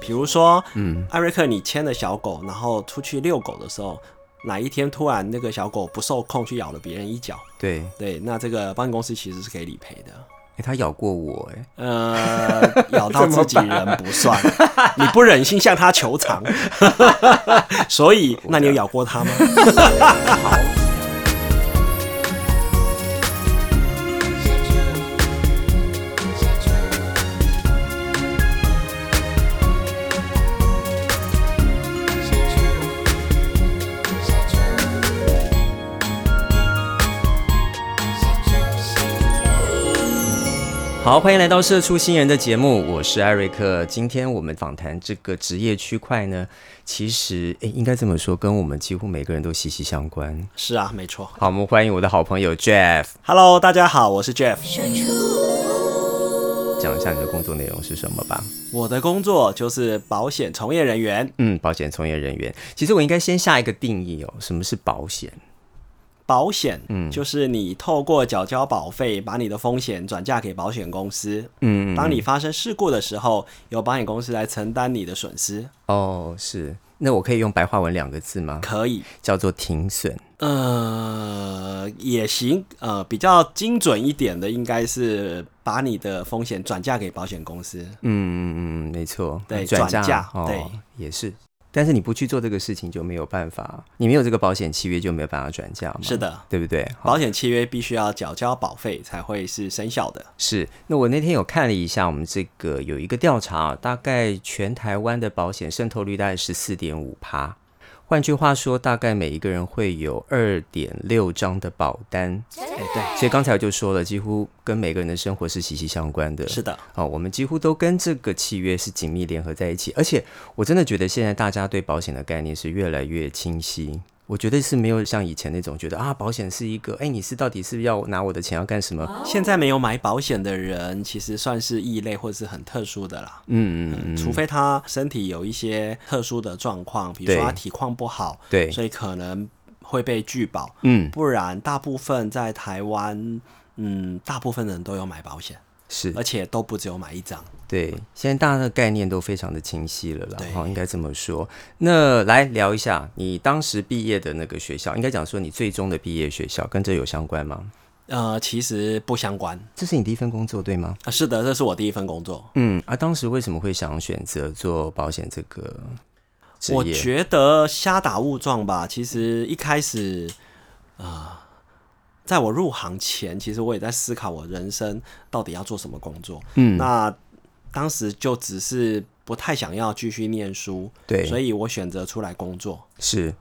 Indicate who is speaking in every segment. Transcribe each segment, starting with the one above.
Speaker 1: 比如说，
Speaker 2: 嗯，
Speaker 1: 艾瑞克，你牵了小狗，然后出去遛狗的时候，哪一天突然那个小狗不受控去咬了别人一脚，
Speaker 2: 对，
Speaker 1: 对，那这个保险公司其实是可以理赔的。
Speaker 2: 哎，他咬过我，哎，
Speaker 1: 呃，咬到自己人不算，你不忍心向他求偿，所以，那你有咬过他吗？
Speaker 2: 好，欢迎来到《社畜新人》的节目，我是艾瑞克。今天我们访谈这个职业区块呢，其实诶应该这么说，跟我们几乎每个人都息息相关。
Speaker 1: 是啊，没错。
Speaker 2: 好，我们欢迎我的好朋友 Jeff，
Speaker 1: Hello，大家好，我是 Jeff。
Speaker 2: 讲一下你的工作内容是什么吧。
Speaker 1: 我的工作就是保险从业人员。
Speaker 2: 嗯，保险从业人员，其实我应该先下一个定义哦，什么是保险？
Speaker 1: 保险，嗯，就是你透过缴交保费，把你的风险转嫁给保险公司。
Speaker 2: 嗯，
Speaker 1: 当你发生事故的时候，由保险公司来承担你的损失。
Speaker 2: 哦，是，那我可以用白话文两个字吗？
Speaker 1: 可以，
Speaker 2: 叫做停损。
Speaker 1: 呃，也行，呃，比较精准一点的应该是把你的风险转嫁给保险公司。
Speaker 2: 嗯嗯嗯，没错，
Speaker 1: 对
Speaker 2: 转
Speaker 1: 转嫁
Speaker 2: 哦、
Speaker 1: 对，
Speaker 2: 也是。但是你不去做这个事情就没有办法，你没有这个保险契约就没有办法转嫁嘛，
Speaker 1: 是的，
Speaker 2: 对不对？好
Speaker 1: 保险契约必须要缴交保费才会是生效的。
Speaker 2: 是。那我那天有看了一下，我们这个有一个调查啊，大概全台湾的保险渗透率大概十四点五趴，换句话说，大概每一个人会有二点六张的保单。
Speaker 1: 哎、对，
Speaker 2: 所以刚才我就说了，几乎跟每个人的生活是息息相关的。
Speaker 1: 是的，
Speaker 2: 哦，我们几乎都跟这个契约是紧密联合在一起，而且我真的觉得现在大家对保险的概念是越来越清晰。我觉得是没有像以前那种觉得啊，保险是一个，哎，你是到底是要拿我的钱要干什么？
Speaker 1: 现在没有买保险的人，其实算是异类或者是很特殊的啦。
Speaker 2: 嗯嗯嗯，
Speaker 1: 除非他身体有一些特殊的状况，比如说
Speaker 2: 对
Speaker 1: 他体况不好，
Speaker 2: 对，
Speaker 1: 所以可能会被拒保。
Speaker 2: 嗯，
Speaker 1: 不然，大部分在台湾，嗯，大部分人都有买保险，
Speaker 2: 是
Speaker 1: 而且都不只有买一张。
Speaker 2: 对。现在大家的概念都非常的清晰了啦哦
Speaker 1: 对，
Speaker 2: 好、应该这么说。那来聊一下你当时毕业的那个学校，应该讲说你最终的毕业学校跟这有相关吗？
Speaker 1: 呃，其实不相关。
Speaker 2: 这是你第一份工作对吗？
Speaker 1: 啊，是的，这是我第一份工作。
Speaker 2: 嗯，啊，当时为什么会想选择做保险这个职
Speaker 1: 我
Speaker 2: 业？
Speaker 1: 觉得瞎打误撞吧。其实一开始，啊、在我入行前，其实我也在思考我人生到底要做什么工作。
Speaker 2: 嗯，
Speaker 1: 那当时就只是不太想要继续念书，
Speaker 2: 对，
Speaker 1: 所以我选择出来工作。
Speaker 2: 是，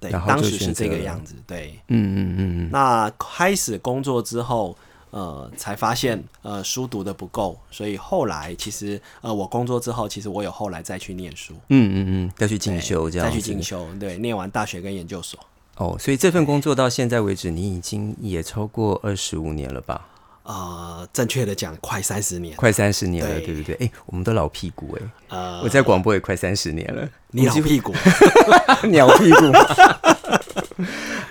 Speaker 1: 对，
Speaker 2: 然后
Speaker 1: 当
Speaker 2: 就
Speaker 1: 时是
Speaker 2: 选
Speaker 1: 这
Speaker 2: 择
Speaker 1: 个
Speaker 2: 了
Speaker 1: 样子。对，
Speaker 2: 嗯嗯嗯嗯，
Speaker 1: 那开始工作之后，呃，才发现呃书读的不够，所以后来其实呃我工作之后，其实我有后来再去念书，
Speaker 2: 嗯嗯嗯，要去进修
Speaker 1: 对
Speaker 2: 这样
Speaker 1: 再
Speaker 2: 子，
Speaker 1: 去进修，对，念完大学跟研究所。
Speaker 2: 哦，所以这份工作到现在为止，你已经也超过二十五年了吧？
Speaker 1: 呃，正确的讲，快三十年。
Speaker 2: 快三十年了，
Speaker 1: 对
Speaker 2: 对不对？哎，我们都老屁股哎，
Speaker 1: 呃，
Speaker 2: 我在广播也快三十年 了，
Speaker 1: 你老屁 股，
Speaker 2: 鸟屁股。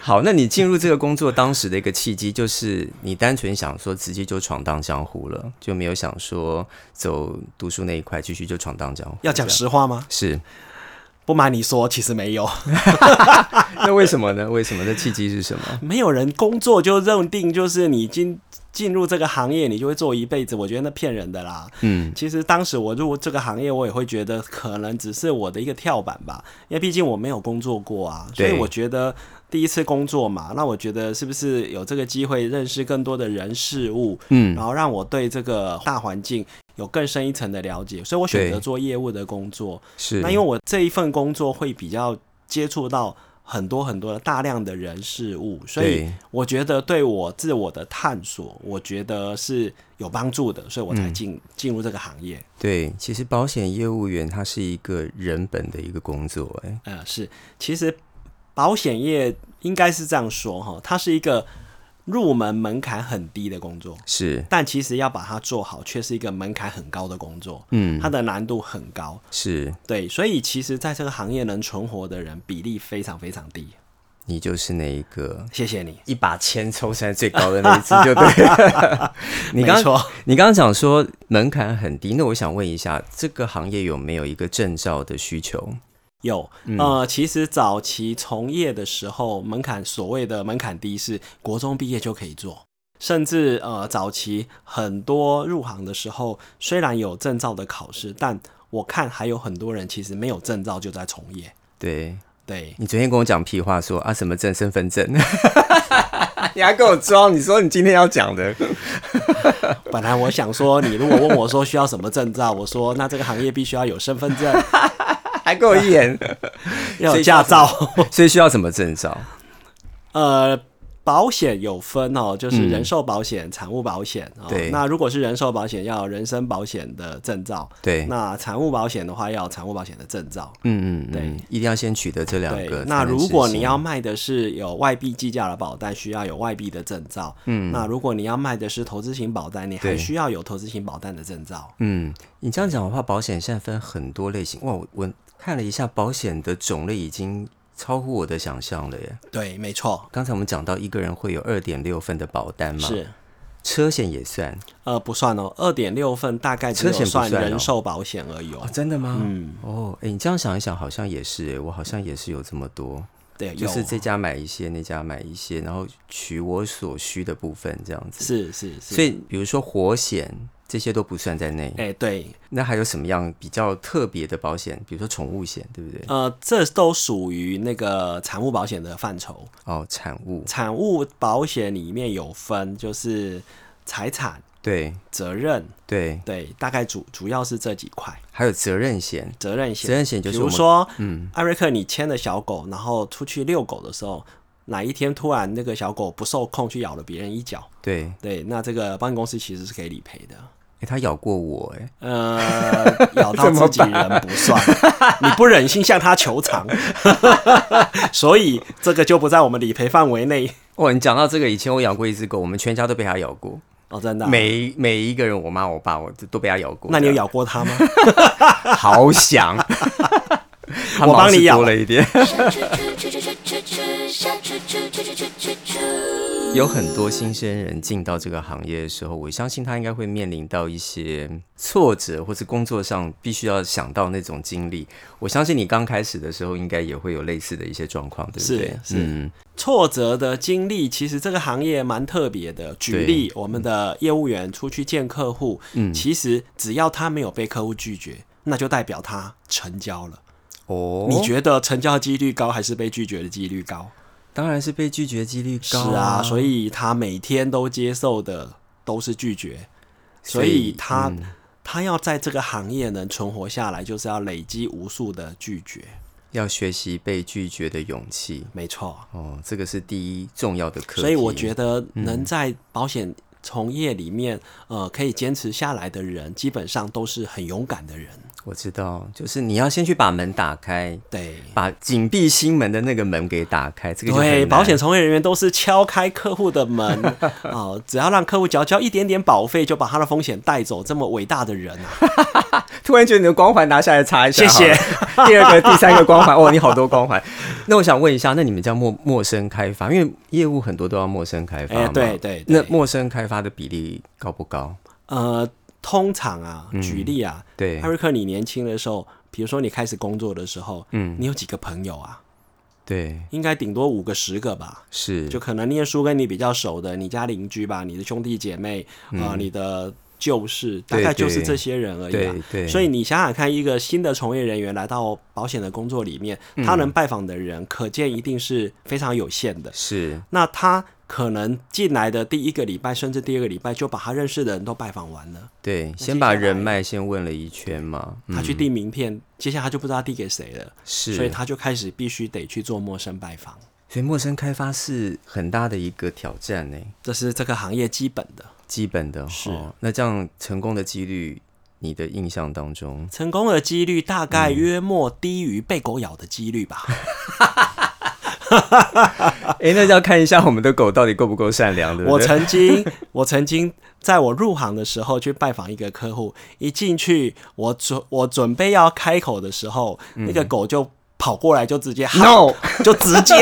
Speaker 2: 好，那你进入这个工作当时的一个契机，就是你单纯想说直接就闯荡江湖了，就没有想说走读书那一块，继续就闯荡江湖。
Speaker 1: 要讲实话吗？
Speaker 2: 是，
Speaker 1: 不瞒你说，其实没有，
Speaker 2: 那为什么呢？为什么？那契机是什么？
Speaker 1: 没有人工作就认定就是你进进入这个行业，你就会做一辈子。我觉得那骗人的啦。
Speaker 2: 嗯，
Speaker 1: 其实当时我入这个行业，我也会觉得可能只是我的一个跳板吧，因为毕竟我没有工作过啊，所
Speaker 2: 对
Speaker 1: 以我觉得第一次工作嘛，那我觉得是不是有这个机会认识更多的人事物，
Speaker 2: 嗯
Speaker 1: 然后让我对这个大环境有更深一层的了解，所以我选择
Speaker 2: 对
Speaker 1: 做业务的工作。
Speaker 2: 是。
Speaker 1: 那因为我这一份工作会比较接触到很多很多的大量的人事物，所以
Speaker 2: 对
Speaker 1: 我觉得对我自我的探索，我觉得是有帮助的，所以我
Speaker 2: 嗯
Speaker 1: 才进进、入这个行业。
Speaker 2: 对，其实保险业务员他是一个人本的一个工作，哎，
Speaker 1: 呃，是，其实保险业应该是这样说哈，它是一个入门门槛很低的工作，
Speaker 2: 是，
Speaker 1: 但其实要把它做好，却是一个门槛很高的工作，
Speaker 2: 嗯，
Speaker 1: 它的难度很高。
Speaker 2: 是
Speaker 1: 对，所以其实在这个行业能存活的人比例非常非常低。
Speaker 2: 你就是那一个
Speaker 1: 谢谢你。
Speaker 2: 一把铅抽出来最高的 那一次，就对了。你刚
Speaker 1: 没错，
Speaker 2: 你刚刚讲说门槛很低，那我想问一下，这个行业有没有一个证照的需求？
Speaker 1: 有，呃，其实早期从业的时候，门槛所谓的门槛低是国中毕业就可以做，甚至呃，早期很多入行的时候，虽然有证照的考试，但我看还有很多人其实没有证照就在从业。
Speaker 2: 对
Speaker 1: 对，
Speaker 2: 你昨天跟我讲屁话说啊什么证身份证， 你还给我装，你说你今天要讲的，
Speaker 1: 本来我想说，你如果问我说需要什么证照，我说那这个行业必须要有身份 证，
Speaker 2: 还给我一 眼，
Speaker 1: 要有驾照。
Speaker 2: 所以需要什么证照？
Speaker 1: 呃，保险有分哦，就是人寿保险、产物保险哦。
Speaker 2: 嗯对
Speaker 1: 那如果是人寿保险，要有人身保险的证照；
Speaker 2: 对，
Speaker 1: 那产物保险的话，要有产物保险的证照。
Speaker 2: 嗯嗯，
Speaker 1: 对
Speaker 2: 嗯，一定要先取得这两
Speaker 1: 对
Speaker 2: 个。，
Speaker 1: 那
Speaker 2: 才能
Speaker 1: 如果
Speaker 2: 执行
Speaker 1: 你要卖的是有外币计价的保单，需要有外币的证照。嗯，那如果你要卖的是投资型保单，你还
Speaker 2: 对
Speaker 1: 需要有投资型保单的证照。
Speaker 2: 嗯，你这样讲的话，保险现在分很多类型。哇，我我看了一下，保险的种类已经超乎我的想象了耶。
Speaker 1: 对，没错，
Speaker 2: 刚才我们讲到一个人会有二点六份的保单嘛，
Speaker 1: 是。
Speaker 2: 车险也算
Speaker 1: 呃，不算哦，二点六份大概只
Speaker 2: 车险
Speaker 1: 有
Speaker 2: 不
Speaker 1: 算
Speaker 2: 算哦
Speaker 1: 人寿保险而已、哦
Speaker 2: 哦，真的吗？嗯，哦，哎，你这样想一想，好像也是耶，我好像也是有这么多，
Speaker 1: 对，
Speaker 2: 哦就
Speaker 1: 有啊
Speaker 2: 是这家买一些，那家买一些，然后取我所需的部分这样子。
Speaker 1: 是是是，
Speaker 2: 所以，比如说活险这些都不算在内。
Speaker 1: 哎、对，
Speaker 2: 那还有什么样比较特别的保险？比如说宠物险，对不对？
Speaker 1: 呃，这都属于那个产物保险的范畴。
Speaker 2: 哦，产物，
Speaker 1: 产物保险里面有分，就是财产、
Speaker 2: 对
Speaker 1: 责任，
Speaker 2: 对，
Speaker 1: 对，大概主主要是这几块。
Speaker 2: 还有责任险，
Speaker 1: 责任
Speaker 2: 责
Speaker 1: 险，
Speaker 2: 任险
Speaker 1: 比
Speaker 2: 就是我
Speaker 1: 如
Speaker 2: 们
Speaker 1: 说，嗯，艾瑞克，你牵了小狗，然后出去遛狗的时候，哪一天突然那个小狗不受控去咬了别人一脚，
Speaker 2: 对，
Speaker 1: 对，那这个保险公司其实是可以理赔的。
Speaker 2: 诶它咬过我，哎，
Speaker 1: 呃，咬到自己人不算，你不忍心向他求偿， 所以这个就不在我们理赔范围内。
Speaker 2: 哦，你讲到这个，以前我养过一只狗，我们全家都被它咬过，
Speaker 1: 哦，真的啊、
Speaker 2: 每每一个人，我妈、我爸，我都被它咬过。
Speaker 1: 那你有
Speaker 2: 这样？
Speaker 1: 咬过它 吗？
Speaker 2: 好想，它
Speaker 1: 我
Speaker 2: 毛
Speaker 1: 帮
Speaker 2: 是
Speaker 1: 你咬
Speaker 2: 多了一点。 有很多新生人进到这个行业的时候，我相信他应该会面临到一些挫折，或是工作上必须要想到那种经历。我相信你刚开始的时候，应该也会有类似的一些状况，对不
Speaker 1: 是
Speaker 2: 对？
Speaker 1: 是
Speaker 2: 嗯，
Speaker 1: 挫折的经历，其实这个行业蛮特别的。举例，我们的业务员出去见客户，
Speaker 2: 嗯
Speaker 1: 其实只要他没有被客户拒绝，那就代表他成交了。
Speaker 2: 哦，
Speaker 1: 你觉得成交几率高还是被拒绝的几率高？
Speaker 2: 当然是被拒绝几率
Speaker 1: 是
Speaker 2: 高
Speaker 1: 啊，所
Speaker 2: 以
Speaker 1: 以他每天都接受的都是拒绝，所
Speaker 2: 所以嗯
Speaker 1: 以他、他要在这个行业能存活下来，就是要累积无数的拒绝。
Speaker 2: 要学习被拒绝的勇气。
Speaker 1: 没错，
Speaker 2: 哦，这个是第一重要的课题。
Speaker 1: 所以我觉得
Speaker 2: 嗯
Speaker 1: 能在保险从业里面，呃，可以坚持下来的人，基本上都是很勇敢的人。
Speaker 2: 我知道，就是你要先去把门打开，
Speaker 1: 对。
Speaker 2: 把紧闭心门的那个门给打开。这个就很
Speaker 1: 对，
Speaker 2: 难
Speaker 1: 保险从业人员都是敲开客户的门 哦、只要让客户缴交一点点保费，就把他的风险带走。这么伟大的人啊，
Speaker 2: 突然觉得你的光环拿下来擦一下，
Speaker 1: 谢谢
Speaker 2: 好了。 第二个、第三个光环，哦哇，你好多光环。那我想问一下，那你们叫陌陌生开发，因为业务很多都要陌生开发嘛、
Speaker 1: 哎对对对
Speaker 2: 那陌生开发的比例高不高？
Speaker 1: 呃，通常啊，举例啊，
Speaker 2: 嗯对
Speaker 1: 艾，瑞克，你年轻的时候，比如说你开始工作的时候，嗯，你有几个朋友啊？
Speaker 2: 对，
Speaker 1: 应该顶多五个、十个吧。
Speaker 2: 是，
Speaker 1: 就可能念书跟你比较熟的，你家邻居吧，你的兄弟姐妹啊、呃你的旧事，大
Speaker 2: 嗯对
Speaker 1: 概就是
Speaker 2: 对
Speaker 1: 这些人而已
Speaker 2: 对
Speaker 1: 啦。
Speaker 2: 对。
Speaker 1: 所以你想想看，一个新的从业人员来到保险的工作里面，
Speaker 2: 嗯
Speaker 1: 他能拜访的人，可见一定是非常有限的。
Speaker 2: 是
Speaker 1: 那他可能进来的第一个礼拜，甚至第二个礼拜，就把他认识的人都拜访完了。
Speaker 2: 对，
Speaker 1: 接
Speaker 2: 先把
Speaker 1: 下来
Speaker 2: 人脉先问了一圈嘛，嗯
Speaker 1: 他去递名片，接下来他就不知道递给谁了，
Speaker 2: 是，
Speaker 1: 所以他就开始必须得去做陌生拜访，
Speaker 2: 所以陌生开发是很大的一个挑战呢，
Speaker 1: 这是这个行业基本的。
Speaker 2: 基本的
Speaker 1: 是
Speaker 2: 齁那这样成功的几率，你的印象当中，
Speaker 1: 成功的几率大概约莫低于被狗咬的几率 吧。
Speaker 2: 哎、那就要看一下我们的狗到底够不够善良，对不
Speaker 1: 我
Speaker 2: 对？
Speaker 1: 曾经，我曾经在我入行的时候去拜访一个客户，一进去，我准我准备要开口的时候，那个狗就跑过来就直接喊
Speaker 2: 嗯 No，
Speaker 1: 就直 接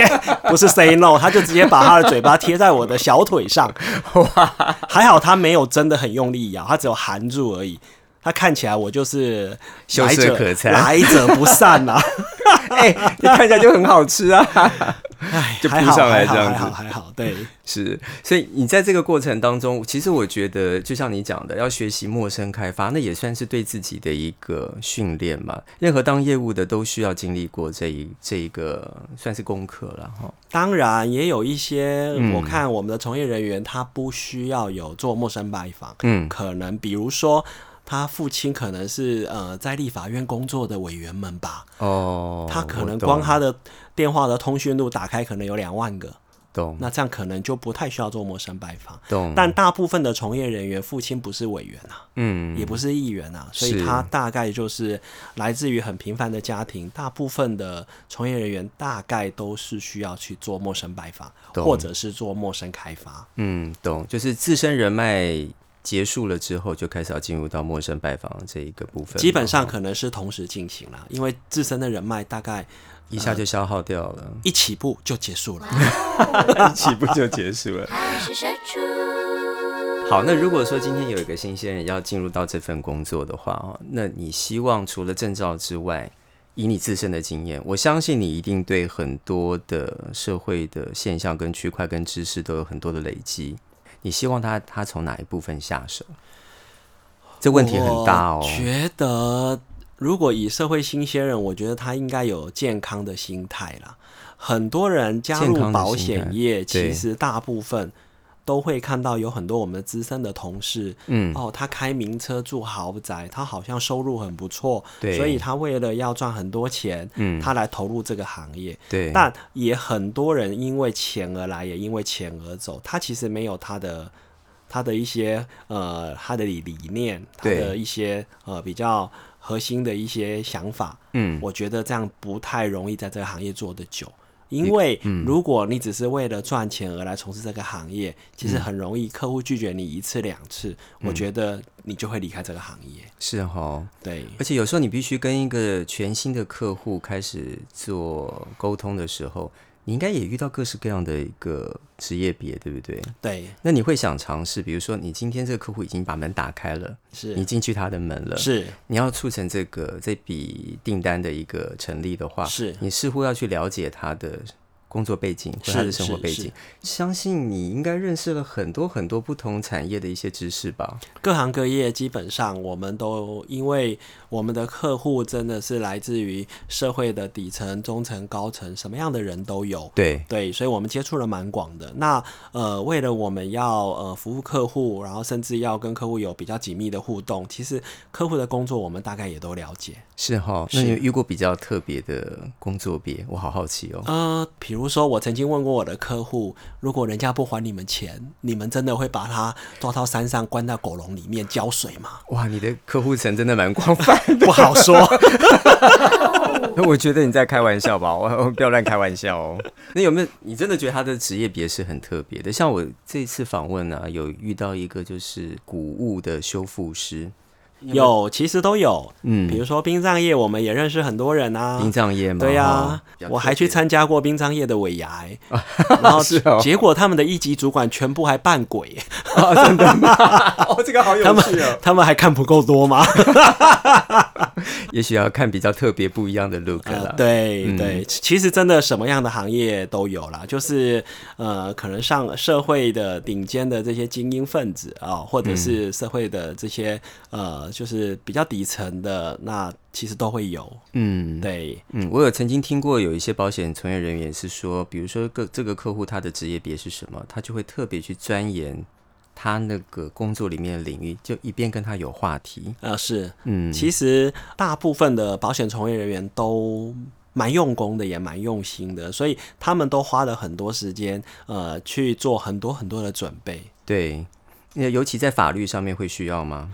Speaker 1: 不是 say no，他就直接把他的嘴巴贴在我的小腿 上。哇，还好他没有真的很用力咬，他只有含住而已。他看起来我就是
Speaker 2: 羞
Speaker 1: 来
Speaker 2: 涩
Speaker 1: 者
Speaker 2: 可餐
Speaker 1: 来者不善呐、 啊。
Speaker 2: 哎、你看起来就很好吃啊。
Speaker 1: 哎，
Speaker 2: 就
Speaker 1: 还
Speaker 2: 扑
Speaker 1: 好
Speaker 2: 上
Speaker 1: 还
Speaker 2: 来
Speaker 1: 好
Speaker 2: 这样
Speaker 1: 还好
Speaker 2: 子
Speaker 1: 还好，对，
Speaker 2: 是，所以你在这个过程当中，其实我觉得，就像你讲的，要学习陌生开发，那也算是对自己的一个训练嘛。任何当业务的都需要经历过这一这一个算是功课了哈。
Speaker 1: 当然也有一些，
Speaker 2: 嗯
Speaker 1: 我看我们的从业人员他不需要有做陌生拜访，
Speaker 2: 嗯，
Speaker 1: 可能比如说他父亲可能是呃在立法院工作的委员们吧，
Speaker 2: 哦，
Speaker 1: 他可
Speaker 2: 我
Speaker 1: 能
Speaker 2: 懂
Speaker 1: 光他的电话的通讯录打开可能有两万个，
Speaker 2: 懂
Speaker 1: 那这样可能就不太需要做陌生拜访。
Speaker 2: 懂，
Speaker 1: 但大部分的从业人员父亲不是委员啊，
Speaker 2: 嗯
Speaker 1: 也不是议员啊，所以
Speaker 2: 是
Speaker 1: 他大概就是来自于很平凡的家庭。大部分的从业人员大概都是需要去做陌生拜访，
Speaker 2: 懂
Speaker 1: 或者是做陌生开发。
Speaker 2: 嗯懂，就是自身人脉结束了之后，就开始要进入到陌生拜访这一个部分了，
Speaker 1: 基本上可能是同时进行啦，因为自身的人脉大概
Speaker 2: 一下就消耗掉了，
Speaker 1: 一起步就结束了。啊
Speaker 2: 一起步就结束了。
Speaker 3: 是社畜。
Speaker 2: 好，那如果说今天有一个新鲜人要进入到这份工作的话，哦，那你希望除了证照之外，以你自身的经验，我相信你一定对很多的社会的现象、跟区块、跟知识都有很多的累积。你希望他他从哪一部分下手？这问题很大哦
Speaker 1: 我。觉得如果以社会新鲜人，我觉得他应该有健康的心态啦。很多人加
Speaker 2: 健
Speaker 1: 入
Speaker 2: 康的
Speaker 1: 保
Speaker 2: 心态
Speaker 1: 险业，
Speaker 2: 对
Speaker 1: 其实大部分都会看到有很多我们资深的同事，
Speaker 2: 嗯，
Speaker 1: 哦，他开名车住豪宅，他好像收入很不错，
Speaker 2: 对
Speaker 1: 所以他为了要赚很多钱，
Speaker 2: 嗯
Speaker 1: 他来投入这个行业。
Speaker 2: 对，
Speaker 1: 但也很多人因为钱而来，也因为钱而走。他其实没有他的他的一些呃他的理理念，他
Speaker 2: 对
Speaker 1: 的一些呃比较核心的一些想法。
Speaker 2: 嗯，
Speaker 1: 我觉得这样不太容易在这个行业做得久。因为
Speaker 2: 嗯
Speaker 1: 如果你只是为了赚钱而来从事这个行业，其实很容易客户拒绝你一次两次，我
Speaker 2: 嗯
Speaker 1: 觉得你就会离开这个行业。
Speaker 2: 是哦。
Speaker 1: 对，
Speaker 2: 而且有时候你必须跟一个全新的客户开始做沟通的时候，你应该也遇到各式各样的一个职业别，对不对？
Speaker 1: 对，
Speaker 2: 那你会想尝试，比如说你今天这个客户已经把门打开了，你
Speaker 1: 是
Speaker 2: 进去他的门了，
Speaker 1: 是
Speaker 2: 你要促成这个这笔订单的一个成立的话，
Speaker 1: 是
Speaker 2: 你似乎要去了解他的工作背景或
Speaker 1: 是
Speaker 2: 他的生活背
Speaker 1: 是
Speaker 2: 景。相信你应该认识了很多很多不同产业的一些知识吧？
Speaker 1: 各行各业基本上我们都因为我们的客户真的是来自于社会的底层、中层、高层，什么样的人都有。
Speaker 2: 对，
Speaker 1: 对，所以我们接触了蛮广的。那呃，为了我们要呃服务客户，然后甚至要跟客户有比较紧密的互动，其实客户的工作我们大概也都了解。
Speaker 2: 是哈、那你有遇过比较特别的工作别？我好好奇哦。
Speaker 1: 呃，比如说我曾经问过我的客户，如果人家不还你们钱，你们真的会把他抓到山上关到狗笼里面浇水吗？
Speaker 2: 哇，你的客户层真的蛮广泛 的。
Speaker 1: 不好说。
Speaker 2: 我觉得你在开玩笑吧，我我不要乱开玩笑哦。 那有没有你真的觉得他的职业别是很特别的？像我这一次访问啊，有遇到一个就是古物的修复师，
Speaker 1: 有，其实都有。
Speaker 2: 嗯
Speaker 1: 比如说殡葬业，我们也认识很多人啊。
Speaker 2: 殡葬业嘛，
Speaker 1: 对呀、
Speaker 2: 哈
Speaker 1: 我还去，参加过殡葬业的尾牙、 欸然后
Speaker 2: 是哦
Speaker 1: 结果他们的一级主管全部还扮 鬼，
Speaker 2: 哦，这个好有
Speaker 1: 他们 他们还看不够多 吗？
Speaker 2: 也许要看比较特别不一样的 look
Speaker 1: 呃
Speaker 2: 了。，
Speaker 1: 对
Speaker 2: 嗯
Speaker 1: 对，其实真的什么样的行业都有啦，就是呃，可能上社会的顶尖的这些精英分子啊、或者
Speaker 2: 嗯
Speaker 1: 是社会的这些呃，就是比较底层的，那其实都会有。
Speaker 2: 嗯
Speaker 1: 对，
Speaker 2: 嗯，我有曾经听过有一些保险从业人员是说，比如说个这个客户他的职业别是什么，他就会特别去钻研他那个工作里面的领域，就一边跟他有话题。
Speaker 1: 呃，是。
Speaker 2: 嗯，
Speaker 1: 其实大部分的保险从业人员都蛮用功的，也蛮用心的，所以他们都花了很多时间，呃，去做很多很多的准备。
Speaker 2: 对，那尤其在法律上面会需要吗？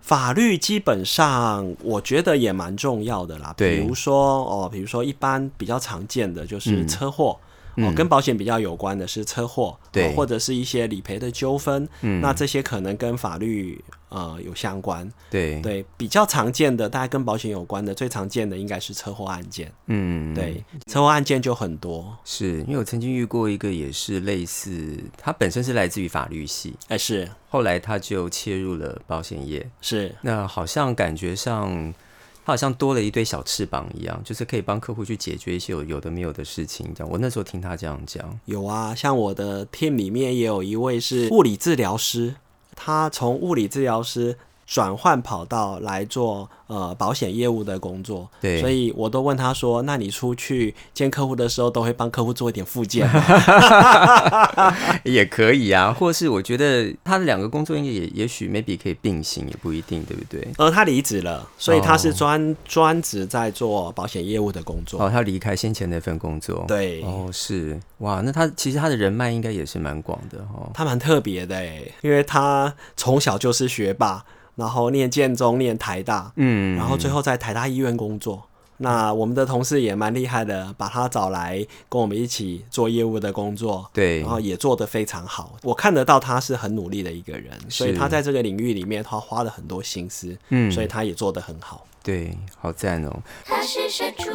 Speaker 1: 法律基本上，我觉得也蛮重要的啦。
Speaker 2: 对嗯
Speaker 1: 比如说哦，比如说一般比较常见的就是车祸，哦，跟保险比较有关的是车祸，
Speaker 2: 对
Speaker 1: 哦或者是一些理赔的纠纷，
Speaker 2: 嗯
Speaker 1: 那这些可能跟法律呃有相关。
Speaker 2: 对，
Speaker 1: 对，比较常见的，大概跟保险有关的，最常见的应该是车祸案件。
Speaker 2: 嗯，
Speaker 1: 对，车祸案件就很多。
Speaker 2: 是因为我曾经遇过一个也是类似，他本身是来自于法律系，
Speaker 1: 哎、是
Speaker 2: 后来他就切入了保险业，
Speaker 1: 是，
Speaker 2: 那好像感觉上。他好像多了一对小翅膀一样，就是可以帮客户去解决一些有有的没有的事情。这样，我那时候听他这样讲，
Speaker 1: 有啊，像我的 team 里面也有一位是物理治疗师，他从物理治疗师转换跑道来做呃保险业务的工作，
Speaker 2: 对
Speaker 1: 所以我都问他说：“那你出去见客户的时候，都会帮客户做一点附件吗？”
Speaker 2: 也可以啊，或是我觉得他的两个工作应该也也许 maybe 可以并行，也不一定，对不对？
Speaker 1: 呃，他离职了，所以他
Speaker 2: 哦
Speaker 1: 是专专职在做保险业务的工作。
Speaker 2: 哦，他离开先前那份工作，，
Speaker 1: 对，
Speaker 2: 哦是哇，那他其实他的人脉应该也是蛮广的哦。
Speaker 1: 他蛮特别的诶，因为他从小就是学霸，然后念建中、念台大，
Speaker 2: 嗯，
Speaker 1: 然后最后在台大医院工作。那我们的同事也蛮厉害的，把他找来跟我们一起做业务的工作，
Speaker 2: 对
Speaker 1: 然，后也做得非常好。我看得到他是很努力的一个人，所以
Speaker 2: 是
Speaker 1: 他在这个领域里面，他花了很多心思，
Speaker 2: 嗯，
Speaker 1: 所以他也做得很好。
Speaker 2: 对，好赞哦。
Speaker 3: 他是谁主？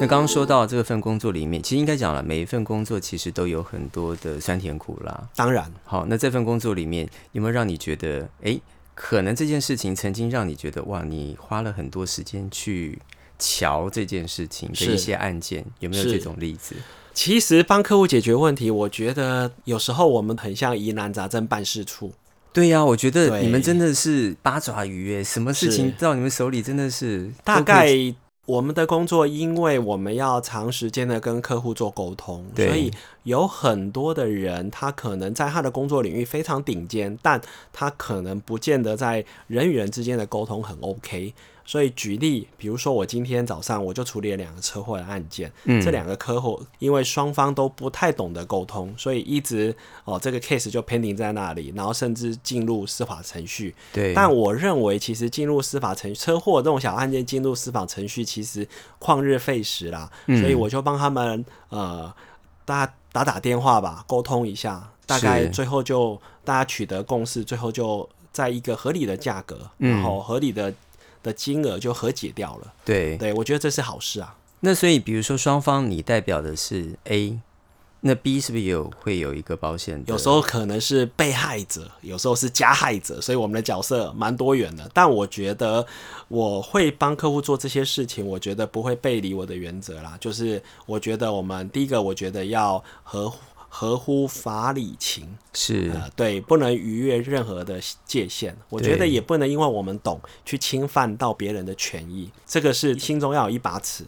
Speaker 2: 那刚刚说到这份工作里面，其实应该讲了，每一份工作其实都有很多的酸甜苦辣。
Speaker 1: 当然，
Speaker 2: 好，那这份工作里面有没有让你觉得，哎，可能这件事情曾经让你觉得，哇，你花了很多时间去瞧这件事情的
Speaker 1: 是
Speaker 2: 一些案件，有没有
Speaker 1: 是
Speaker 2: 这种例子？
Speaker 1: 其实帮客户解决问题，我觉得有时候我们很像疑难杂症办事处。
Speaker 2: 对呀、我觉得
Speaker 1: 对
Speaker 2: 你们真的是八爪鱼哎，什么事情
Speaker 1: 是
Speaker 2: 到你们手里真的是
Speaker 1: 大
Speaker 2: 都可
Speaker 1: 概
Speaker 2: 以
Speaker 1: 我们的工作，因为我们要长时间的跟客户做沟通，
Speaker 2: 对
Speaker 1: 所以有很多的人，他可能在他的工作领域非常顶尖，但他可能不见得在人与人之间的沟通很 OK。所以举例，比如说我今天早上我就处理了两个车祸的案件，
Speaker 2: 嗯
Speaker 1: 这两个客户因为双方都不太懂得沟通，所以一直哦这个 case 就 pending 在那里，然后甚至进入司法程序。
Speaker 2: 对，
Speaker 1: 但我认为，其实进入司法程序，车祸这种小案件进入司法程序，其实旷日费时啦。
Speaker 2: 嗯
Speaker 1: 所以我就帮他们呃大打打电话吧，沟通一下，大概
Speaker 2: 是
Speaker 1: 最后就大家取得共识，最后就在一个合理的价格，
Speaker 2: 嗯
Speaker 1: 然后合理的的金额就和解掉了。
Speaker 2: 对
Speaker 1: 对我觉得这是好事啊。
Speaker 2: 那所以比如说双方你代表的是 A，那 B 是不是也有会有一个保险的？
Speaker 1: 有时候可能是被害者，有时候是加害者，所以我们的角色蛮多元的。但我觉得我会帮客户做这些事情，我觉得不会背离我的原则啦。就是我觉得我们第一个，我觉得要合乎合乎法理情，
Speaker 2: 是
Speaker 1: 呃，对，不能逾越任何的界限。我觉得
Speaker 2: 对
Speaker 1: 也不能因为我们懂去侵犯到别人的权益，这个是心中要有一把尺。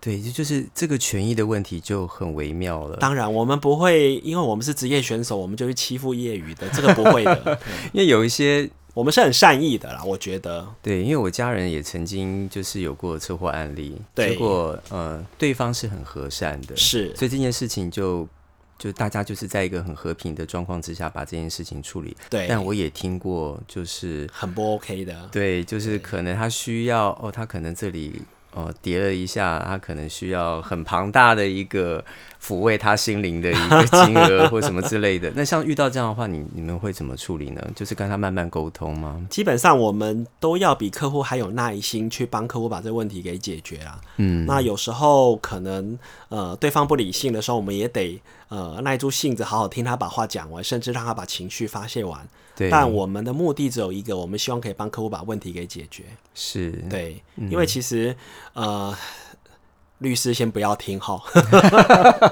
Speaker 2: 对，这就是这个权益的问题就很微妙了。
Speaker 1: 当然，我们不会因为我们是职业选手，我们就去欺负业余的，这个不会 的。
Speaker 2: 因为有一些
Speaker 1: 我们是很善意的啦，我觉得
Speaker 2: 对，因为我家人也曾经就是有过车祸案例，
Speaker 1: 对
Speaker 2: 结果呃对方是很和善的，
Speaker 1: 是
Speaker 2: 所以这件事情就就大家就是在一个很和平的状况之下把这件事情处理。
Speaker 1: 对，
Speaker 2: 但我也听过，就是
Speaker 1: 很不 OK 的，
Speaker 2: 对，就是可能他需要哦，他可能这里哦叠了一下，他可能需要很庞大的一个抚慰他心灵的一个金额或什么之类的。那像遇到这样的话，你你们会怎么处理呢？就是跟他慢慢沟通吗？
Speaker 1: 基本上我们都要比客户还有耐心去帮客户把这个问题给解决啊。
Speaker 2: 嗯，
Speaker 1: 那有时候可能呃对方不理性的时候，我们也得呃耐住性子，好好听他把话讲完，甚至让他把情绪发泄完。
Speaker 2: 对，
Speaker 1: 但我们的目的只有一个，我们希望可以帮客户把问题给解决。
Speaker 2: 是
Speaker 1: 对，
Speaker 2: 嗯
Speaker 1: 因为其实呃，律师先不要听哈。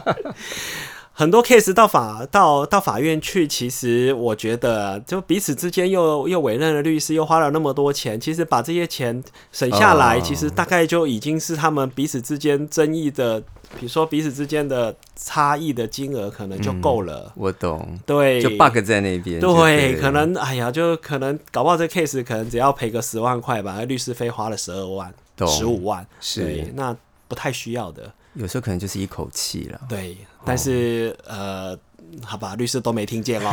Speaker 1: 很多 case 到法到到法院去，其实我觉得就彼此之间又又委任了律师，又花了那么多钱，其实把这些钱省下来，
Speaker 2: 哦
Speaker 1: 其实大概就已经是他们彼此之间争议的，比如说彼此之间的差异的金额可能就够了。
Speaker 2: 我懂，
Speaker 1: 对，
Speaker 2: 嗯就 bug 在那边就对
Speaker 1: 对，
Speaker 2: 了，
Speaker 1: 可能哎呀，就可能搞不好这 case 可能只要赔个十万块吧，而律师费花了十二万、
Speaker 2: 懂
Speaker 1: 十五万，
Speaker 2: 是
Speaker 1: 对，那不太需要的。
Speaker 2: 有时候可能就是一口气了。
Speaker 1: 对，
Speaker 2: 哦
Speaker 1: 但是、呃，好吧，律师都没听见 哦。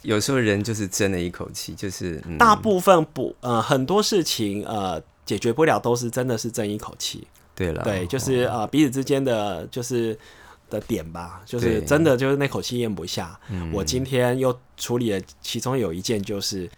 Speaker 2: 有时候人就是真的一口气，就是、嗯、
Speaker 1: 大部分不呃，很多事情呃解决不了，都是真的是争一口气。
Speaker 2: 对哦了，
Speaker 1: 对，就是呃彼此之间的就是的点吧，就是
Speaker 2: 对嗯
Speaker 1: 真的就是那口气咽不下。我今天又处理了其中有一件就是。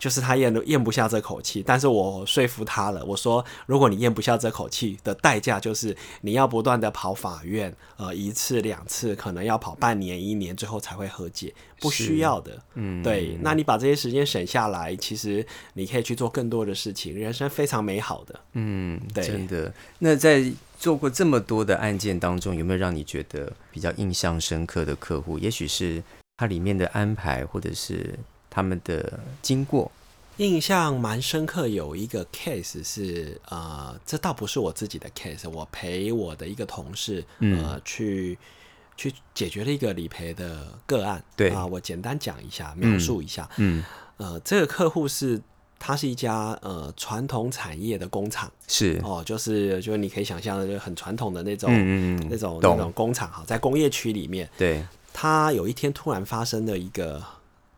Speaker 1: 就是他咽咽不下这口气，但是我说服他了。我说，如果你咽不下这口气的代价，就是你要不断的跑法院，呃，一次两次，可能要跑半年一年，最后才会和解，不需要的。
Speaker 2: 嗯，
Speaker 1: 对，那你把这些时间省下来，其实你可以去做更多的事情，人生非常美好的。
Speaker 2: 嗯，
Speaker 1: 对
Speaker 2: 真的。那在做过这么多的案件当中，有没有让你觉得比较印象深刻的客户？也许是它里面的安排，或者是他们的经过。
Speaker 1: 印象蛮深刻，有一个 case 是呃，这倒不是我自己的 case，我陪我的一个同事
Speaker 2: 嗯
Speaker 1: 呃、去去解决了一个理赔的个案。
Speaker 2: 对
Speaker 1: 啊、我简单讲一下，描述一下。
Speaker 2: 嗯，
Speaker 1: 呃，这个客户是他是一家呃传统产业的工厂
Speaker 2: 是，
Speaker 1: 哦，就是就是你可以想象的，就是很传统的那种、
Speaker 2: 嗯嗯
Speaker 1: 那
Speaker 2: 嗯，
Speaker 1: 种那
Speaker 2: 懂
Speaker 1: 种工厂哈，在工业区里面。
Speaker 2: 对，
Speaker 1: 他有一天突然发生了一个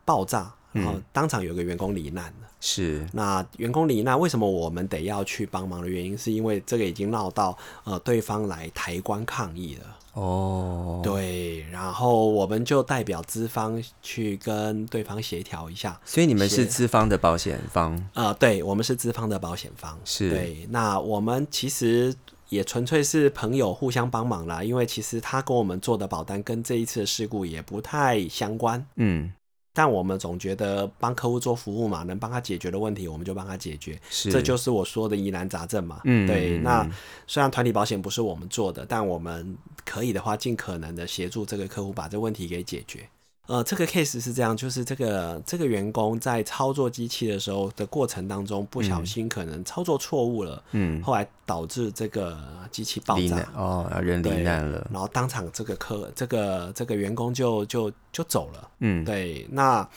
Speaker 1: 爆炸，然
Speaker 2: 嗯
Speaker 1: 后当场有一个员工罹难了。
Speaker 2: 是，
Speaker 1: 那员工罹难，为什么我们得要去帮忙的原因，是因为这个已经闹到呃对方来台湾抗议了。
Speaker 2: 哦，
Speaker 1: 对，然后我们就代表资方去跟对方协调一下。
Speaker 2: 所以你们
Speaker 1: 是
Speaker 2: 是资方的保险方，
Speaker 1: 呃，对，我们是资方的保险方，
Speaker 2: 是
Speaker 1: 对。那我们其实也纯粹是朋友互相帮忙啦，因为其实他跟我们做的保单跟这一次的事故也不太相关。
Speaker 2: 嗯，
Speaker 1: 但我们总觉得帮客户做服务嘛，能帮他解决的问题，我们就帮他解决。
Speaker 2: 是，
Speaker 1: 这就是我说的疑难杂症嘛。
Speaker 2: 嗯
Speaker 1: 对。
Speaker 2: 嗯
Speaker 1: 那
Speaker 2: 嗯
Speaker 1: 虽然团体保险不是我们做的，但我们可以的话，尽可能的协助这个客户把这问题给解决。呃，这个 case 是这样，就是这个这个员工在操作机器的时候的过程当中，不小心可能操作错误了，
Speaker 2: 嗯，
Speaker 1: 后来导致这个机器爆
Speaker 2: 罹
Speaker 1: 炸
Speaker 2: 难。哦，人罹
Speaker 1: 对
Speaker 2: 难了，
Speaker 1: 然后当场这个客这个这个员工就就就走了。
Speaker 2: 嗯，
Speaker 1: 对，那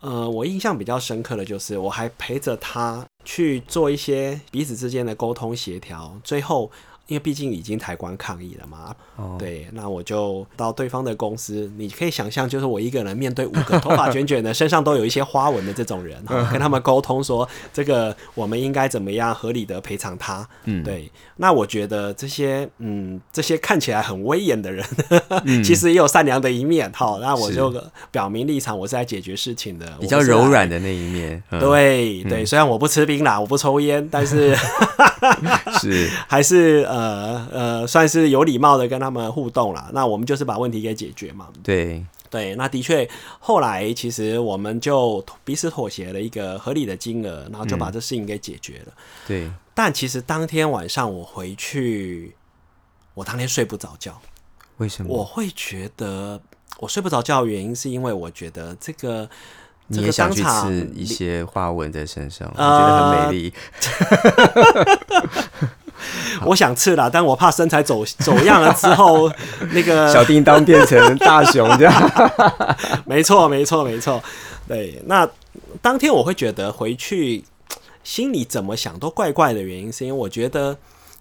Speaker 1: 呃，我印象比较深刻的就是，我还陪着他去做一些彼此之间的沟通协调，最后。因为毕竟已经抬棺抗议了嘛，
Speaker 2: 哦
Speaker 1: 对，那我就到对方的公司，你可以想象，就是我一个人面对五个头发卷卷的、身上都有一些花纹的这种人，
Speaker 2: 嗯
Speaker 1: 哈跟他们沟通说，这个我们应该怎么样合理的赔偿他，
Speaker 2: 嗯，
Speaker 1: 对，那我觉得这些，嗯，这些看起来很威严的人，
Speaker 2: 嗯
Speaker 1: 其实也有善良的一面。好，那我就表明立场，我是来解决事情的，
Speaker 2: 比
Speaker 1: 我
Speaker 2: 较
Speaker 1: 不是来
Speaker 2: 柔。软的那一 面，嗯，
Speaker 1: 对对，虽然我不吃槟榔，我不抽烟，但是
Speaker 2: 是，
Speaker 1: 还是呃呃，算是有礼貌的跟他们互动啦。那我们就是把问题给解决嘛。
Speaker 2: 对，
Speaker 1: 对，那的确，后来其实我们就彼此妥协了一个合理的金额，然后就把这事情给解决了。
Speaker 2: 对，
Speaker 1: 但其实当天晚上我回去，我当天睡不着觉，
Speaker 2: 为什
Speaker 1: 我
Speaker 2: 么？
Speaker 1: 会觉得我睡不着觉的原因是因为我觉得这个这
Speaker 2: 你
Speaker 1: 个
Speaker 2: 也想
Speaker 1: 当
Speaker 2: 去
Speaker 1: 场
Speaker 2: 刺一些花纹在身上，我觉
Speaker 1: 呃
Speaker 2: 得很美丽。
Speaker 1: 我想吃啦，但我怕身材走走样了之 后，那个
Speaker 2: 小叮当变 成大熊这样，
Speaker 1: 没错，没错，没错。对，那当天我会觉得回去心里怎么想都怪怪的原因，是因为我觉得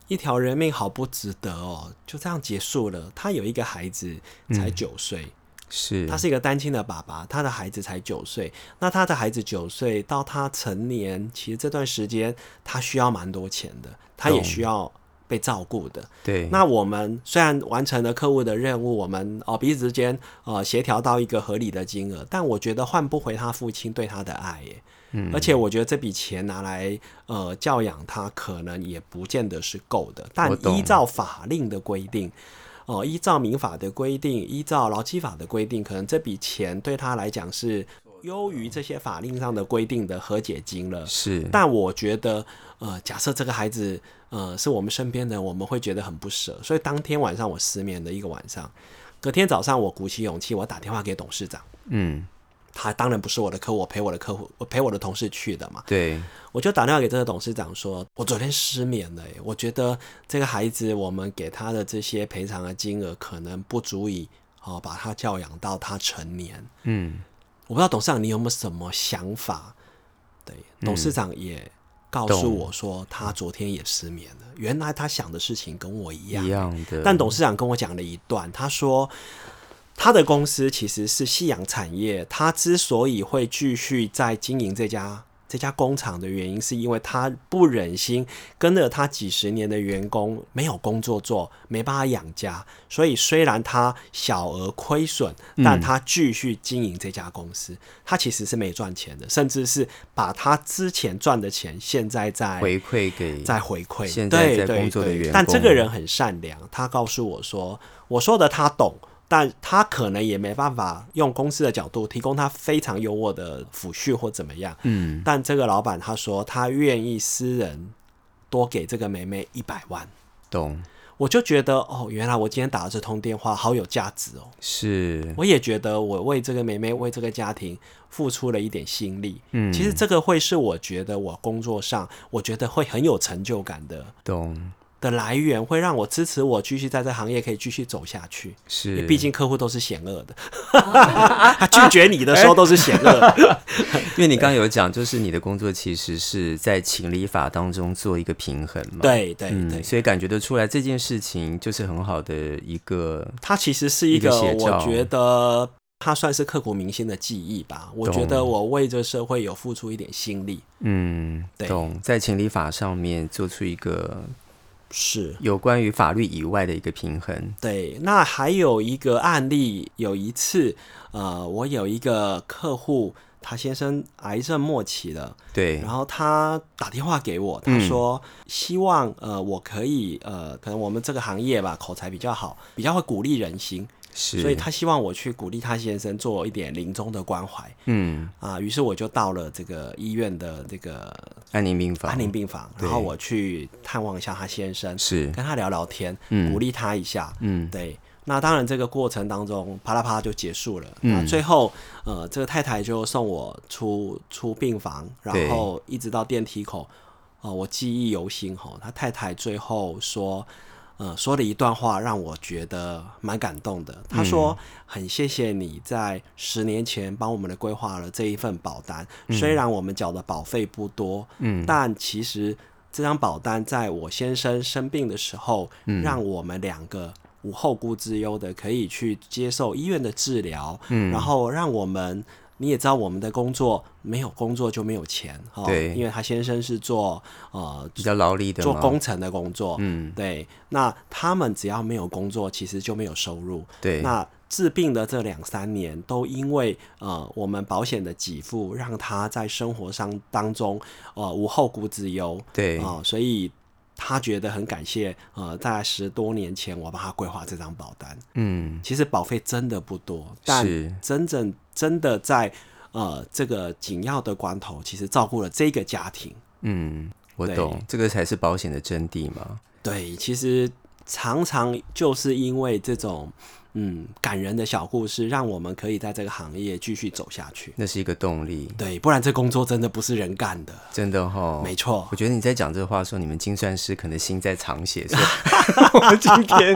Speaker 1: 一条人命好不值得哦，就这样结束了。他有一个孩子才九岁，
Speaker 2: 是
Speaker 1: 他，是一个单亲的爸爸，他的孩子才九岁。那他的孩子九岁到他成年，其实这段时间他需要蛮多钱的，他也
Speaker 2: 懂
Speaker 1: 需要被照顾的。
Speaker 2: 对，
Speaker 1: 那我们虽然完成了客户的任务，我们哦彼此之间呃协调到一个合理的金额，但我觉得换不回他父亲对他的爱耶。嗯，而且我觉得这笔钱拿来呃教养他，可能也不见得是够的。但
Speaker 2: 我懂
Speaker 1: 依照法令的规定，哦、依照民法的规定，依照劳基法的规定，可能这笔钱对他来讲是优于这些法令上的规定的和解金了。
Speaker 2: 是，
Speaker 1: 但我觉得，呃，假设这个孩子，呃，是我们身边的人，我们会觉得很不舍。所以当天晚上我失眠的一个晚上，隔天早上我鼓起勇气，我打电话给董事长。
Speaker 2: 嗯，
Speaker 1: 他当然不是我的客户，我陪我的客户，我陪我的同事去的嘛。
Speaker 2: 对，
Speaker 1: 我就打电话给这个董事长说，我昨天失眠了耶，我觉得这个孩子，我们给他的这些赔偿的金额可能不足以哦，把他教养到他成年。
Speaker 2: 嗯，
Speaker 1: 我不知道董事长你有没有什么想法？对，董事长也告诉我说，他昨天也失眠了。原来他想的事情跟我一样
Speaker 2: 一，样的，
Speaker 1: 但董事长跟我讲了一段，他说他的公司其实是夕阳产业，他之所以会继续在经营这家这家工厂的原因，是因为他不忍心跟了他几十年的员工没有工作做，没办法养家，所以虽然他小额亏损，
Speaker 2: 嗯
Speaker 1: 但他继续经营这家公司，他其实是没赚钱的，甚至是把他之前赚的钱现在在
Speaker 2: 回馈给
Speaker 1: 在回馈，
Speaker 2: 现在
Speaker 1: 对
Speaker 2: 在
Speaker 1: 对
Speaker 2: 工作的
Speaker 1: 对
Speaker 2: 员
Speaker 1: 但这
Speaker 2: 工
Speaker 1: 个人很善良，他告诉我说，我说的他懂，但他可能也没办法用公司的角度提供他非常优渥的抚恤或怎么样。
Speaker 2: 嗯，
Speaker 1: 但这个老板他说他愿意私人多给这个妹妹一百万，
Speaker 2: 懂
Speaker 1: 我就觉得哦，原来我今天打的这通电话好有价值哦。
Speaker 2: 是
Speaker 1: 我也觉得我为这个妹妹、为这个家庭付出了一点心力。
Speaker 2: 嗯
Speaker 1: 其实这个会是我觉得我工作上我觉得会很有成就感的
Speaker 2: 懂
Speaker 1: 的来源，会让我支持我继续在这行业可以继续走下去。
Speaker 2: 是，
Speaker 1: 毕竟客户都是险恶 的，他拒绝你的时候都是险恶的。
Speaker 2: 因为你刚刚有讲，就是你的工作其实是在情理法当中做一个平衡嘛，，
Speaker 1: 对对对
Speaker 2: 嗯，，所以感觉得出来这件事情就是很好的一个
Speaker 1: 它其实是一个
Speaker 2: 一个写照
Speaker 1: 我觉得它算是刻骨铭心的记忆吧。我觉得我为这社会有付出一点心力，
Speaker 2: 嗯，
Speaker 1: 对
Speaker 2: 懂，在情理法上面做出一个
Speaker 1: 是
Speaker 2: 有关于法律以外的一个平衡，
Speaker 1: 对，那还有一个案例，有一次，呃，我有一个客户，他先生癌症末期了，
Speaker 2: 对
Speaker 1: 然，后他打电话给我，
Speaker 2: 嗯
Speaker 1: 他说希望呃我可以呃，可能我们这个行业吧，口才比较好，比较会鼓励人心，
Speaker 2: 是，
Speaker 1: 所以他希望我去鼓励他先生做一点临终的关怀
Speaker 2: 嗯，
Speaker 1: 啊。于是我就到了这个医院的这个
Speaker 2: 安宁病法，
Speaker 1: 安宁病房，然
Speaker 2: 哦对
Speaker 1: 后我去探望一下他先生，
Speaker 2: 是，
Speaker 1: 跟他聊聊天，
Speaker 2: 嗯
Speaker 1: 鼓励他一下。
Speaker 2: 嗯，
Speaker 1: 对，那当然这个过程当中，啪啦啪啦就结束了。
Speaker 2: 嗯
Speaker 1: 那最后，呃，这个太太就送我出出病房，
Speaker 2: 对
Speaker 1: 然后一直到电梯口，呃，我记忆犹新吼。他太太最后说。呃，说了一段话让我觉得蛮感动的。他说：“很谢谢你在十年前帮我们的规划了这一份保单，虽然我们缴的保费不多，嗯，但其实这张保单在我先生生病的时候，让我们两个无后顾之忧的可以去接受医院的治疗，嗯，然后让我们。你也知道我们的工作没有工作就没有钱哈，
Speaker 2: 对
Speaker 1: 因为他先生是做呃
Speaker 2: 比较劳力的
Speaker 1: 做
Speaker 2: 嘛
Speaker 1: 工程的工作，
Speaker 2: 嗯，
Speaker 1: 对，那他们只要没有工作，其实就没有收入，
Speaker 2: 对，
Speaker 1: 那治病的这两三年，都因为呃我们保险的给付，让他在生活上当中呃无后顾之忧
Speaker 2: 对，
Speaker 1: 啊、所以他觉得很感谢呃，在十多年前我帮他规划这张保单。
Speaker 2: 嗯，
Speaker 1: 其实保费真的不多，但
Speaker 2: 是
Speaker 1: 真正真的在呃这个紧要的关头，其实照顾了这个家庭。
Speaker 2: 嗯，我
Speaker 1: 对
Speaker 2: 懂，这个才是保险的真谛嘛，
Speaker 1: 对，其实常常就是因为这种嗯感人的小故事，让我们可以在这个行业继续走下去。
Speaker 2: 那是一个动力，
Speaker 1: 对，不然这工作真的不是人干的。
Speaker 2: 真的哈，
Speaker 1: 没错
Speaker 2: 我，觉得你在讲这话的时候，你们精算师可能心在淌 血，说 我今天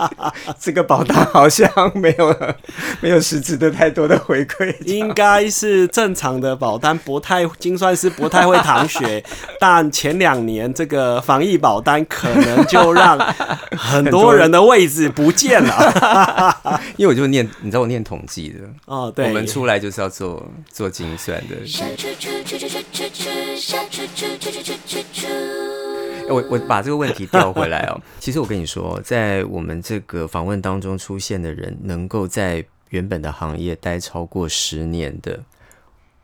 Speaker 2: 这个保单好像没有没有实质的太多的回馈。
Speaker 1: 应该是正常的保单不太精算师不太会淌血， 但前两年这个防疫保单可能就让很多人的位置不见了。
Speaker 2: 因为我就念，你知道我念统计的，
Speaker 1: 哦，对，
Speaker 2: 我们出来就是要做做精算的。
Speaker 3: 山猪猪猪猪猪猪猪，山猪猪猪猪猪猪猪。
Speaker 2: 我我把这个问题调回来哦。其实我跟你说，在我们这个访问当中出现的人，能够在原本的行业待超过十年的，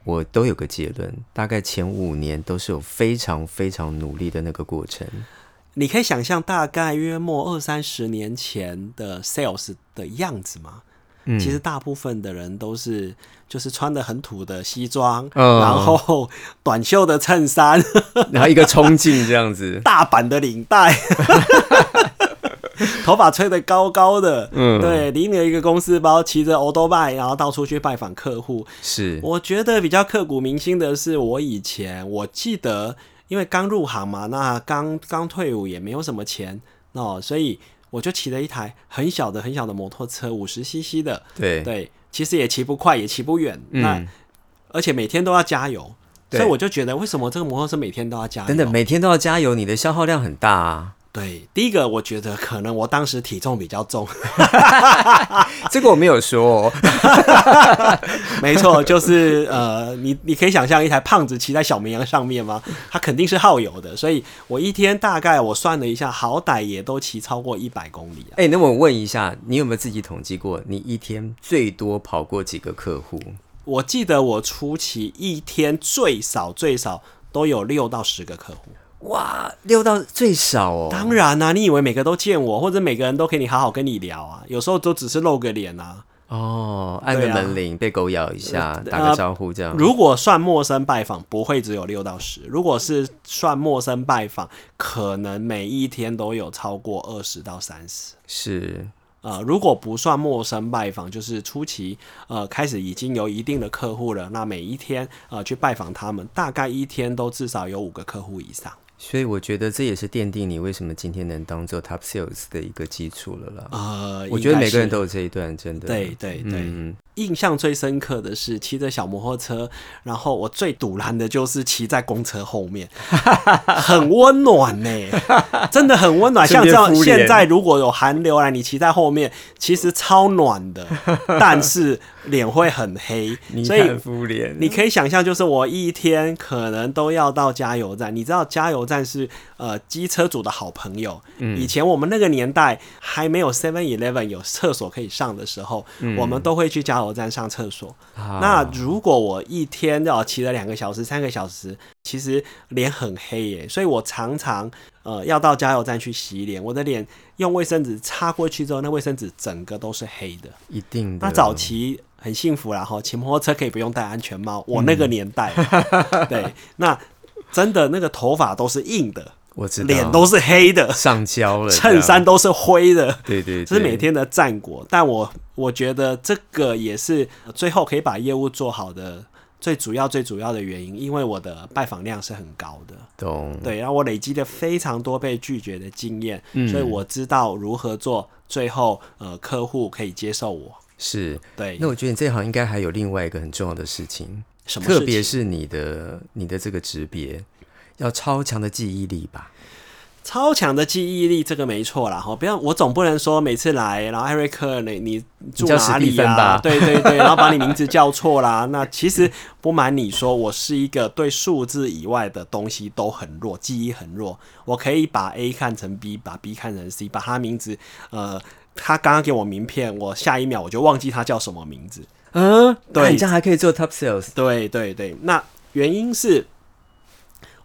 Speaker 2: 我都有个结论，大概前五年都是有非常非常努力的那个过程。
Speaker 1: 你可以想象大概约莫二三十年前的 sales 的样子吗？
Speaker 2: 嗯
Speaker 1: 其实大部分的人都是就是穿的很土的西装，
Speaker 2: 嗯
Speaker 1: 然后短袖的衬衫，，
Speaker 2: 然后一个冲劲这样子
Speaker 1: 大版的领带， 头发吹得高高的，
Speaker 2: 嗯
Speaker 1: 对，拎了一个公司包，骑着 o l d b i 然后到处去拜访客户。
Speaker 2: 是
Speaker 1: 我觉得比较刻骨铭心的是，我以前我记得，因为刚入行嘛，那刚刚退伍也没有什么钱哦，所以我就骑了一台很小的很小的摩托车，五十 CC 的，
Speaker 2: 对
Speaker 1: 对，其实也骑不快，也骑不远，那
Speaker 2: 嗯
Speaker 1: 而且每天都要加油，
Speaker 2: 对
Speaker 1: 所以我就觉得为什么这个摩托车每天都要加油？
Speaker 2: 等等，每天都要加油，你的消耗量很大啊。
Speaker 1: 对，第一个我觉得可能我当时体重比较重，
Speaker 2: 这个我没有说、哦，
Speaker 1: 没错，就是呃，你你可以想象一台胖子骑在小绵羊上面吗？它肯定是耗油的，所以我一天大概我算了一下，好歹也都骑超过一百公里啊。
Speaker 2: 哎、那我问一下，你有没有自己统计过，你一天最多跑过几个客户？
Speaker 1: 我记得我初期一天最少最少都有六到十个客户。
Speaker 2: 哇，六到最少哦。
Speaker 1: 当然啊啦、你以为每个都见我，或者每个人都可以你好好跟你聊啊？有时候都只是露个脸啊。
Speaker 2: 哦，按个
Speaker 1: 对啊
Speaker 2: 门铃，被狗咬一下，打个招呼这样。
Speaker 1: 如果算陌生拜访，不会只有六到十；如果是算陌生拜访，可能每一天都有超过二十到三十。
Speaker 2: 是
Speaker 1: 呃，如果不算陌生拜访，就是初期呃开始已经有一定的客户了，那每一天呃去拜访他们，大概一天都至少有五个客户以上。
Speaker 2: 所以我觉得这也是奠定你为什么今天能当做 top sales 的一个基础了啦。
Speaker 1: 呃，
Speaker 2: 我觉
Speaker 1: 应
Speaker 2: 得
Speaker 1: 该
Speaker 2: 每个人
Speaker 1: 是
Speaker 2: 都有这一段，真的。
Speaker 1: 对对对，
Speaker 2: 嗯
Speaker 1: 印象最深刻的是骑着小摩托车，然后我最堵拦的就是骑在公车后面， 很温暖呢、 真的很温暖。
Speaker 2: 顺
Speaker 1: 像
Speaker 2: 便
Speaker 1: 这样
Speaker 2: 敷脸
Speaker 1: 现在如果有寒流来，你骑在后面，其实超暖 的，但是脸会很黑，
Speaker 2: 你
Speaker 1: 所以
Speaker 2: 看敷脸，
Speaker 1: 你可以想象，就是我一天可能都要到加油站。你知道加油站是呃机车主的好朋友。以前我们那个年代还没有 Seven Eleven 有厕所可以上的时候，我们都会去加油站上厕所。
Speaker 2: 啊
Speaker 1: 那如果我一天要骑了两个小时、三个小时，其实脸很黑耶，所以我常常呃要到加油站去洗脸。我的脸用卫生纸擦过去之后，那卫生纸整个都是黑的。
Speaker 2: 一定的。
Speaker 1: 那早期很幸福啦，哈，骑摩托车可以不用戴安全
Speaker 2: 嗯
Speaker 1: 帽，我那个年 代，对，那真的那个头发都是硬的，
Speaker 2: 我知道，
Speaker 1: 脸都是黑的，
Speaker 2: 上交了，
Speaker 1: 衬衫，都是灰的。
Speaker 2: 对对，
Speaker 1: 这是
Speaker 2: 对
Speaker 1: 每天的战果，但我我觉得这个也是最后可以把业务做好的最主要最主要的原因，因为我的拜访量是很高的，
Speaker 2: 懂。
Speaker 1: 对，然后我累积了非常多被拒绝的经验，
Speaker 2: 嗯
Speaker 1: 所以我知道如何做，最后呃客户可以接受我，
Speaker 2: 是，
Speaker 1: 对，
Speaker 2: 那我觉得你这行应该还有另外一个很重要的事情，
Speaker 1: 什么事
Speaker 2: 特
Speaker 1: 情
Speaker 2: 别是你的你的这个职别，要超强的记忆力吧？
Speaker 1: 超强的记忆力，这个没错啦。哈，哦不要我总不能说每次来，然后艾瑞克，你你住
Speaker 2: 你叫史
Speaker 1: 哪
Speaker 2: 蒂
Speaker 1: 里
Speaker 2: 芬
Speaker 1: 呀、
Speaker 2: 吧
Speaker 1: 对对对，然后把你名字叫错啦。 那其实不瞒你说，我是一个对数字以外的东西都很弱，记忆很弱。我可以把 A 看成 B，把 B 看成 C，把他名字呃。他刚刚给我名片，我下一秒我就忘记他叫什么名字。
Speaker 2: 嗯，那
Speaker 1: 啊对
Speaker 2: 你这样还可以做 top sales，
Speaker 1: 对对对，那原因是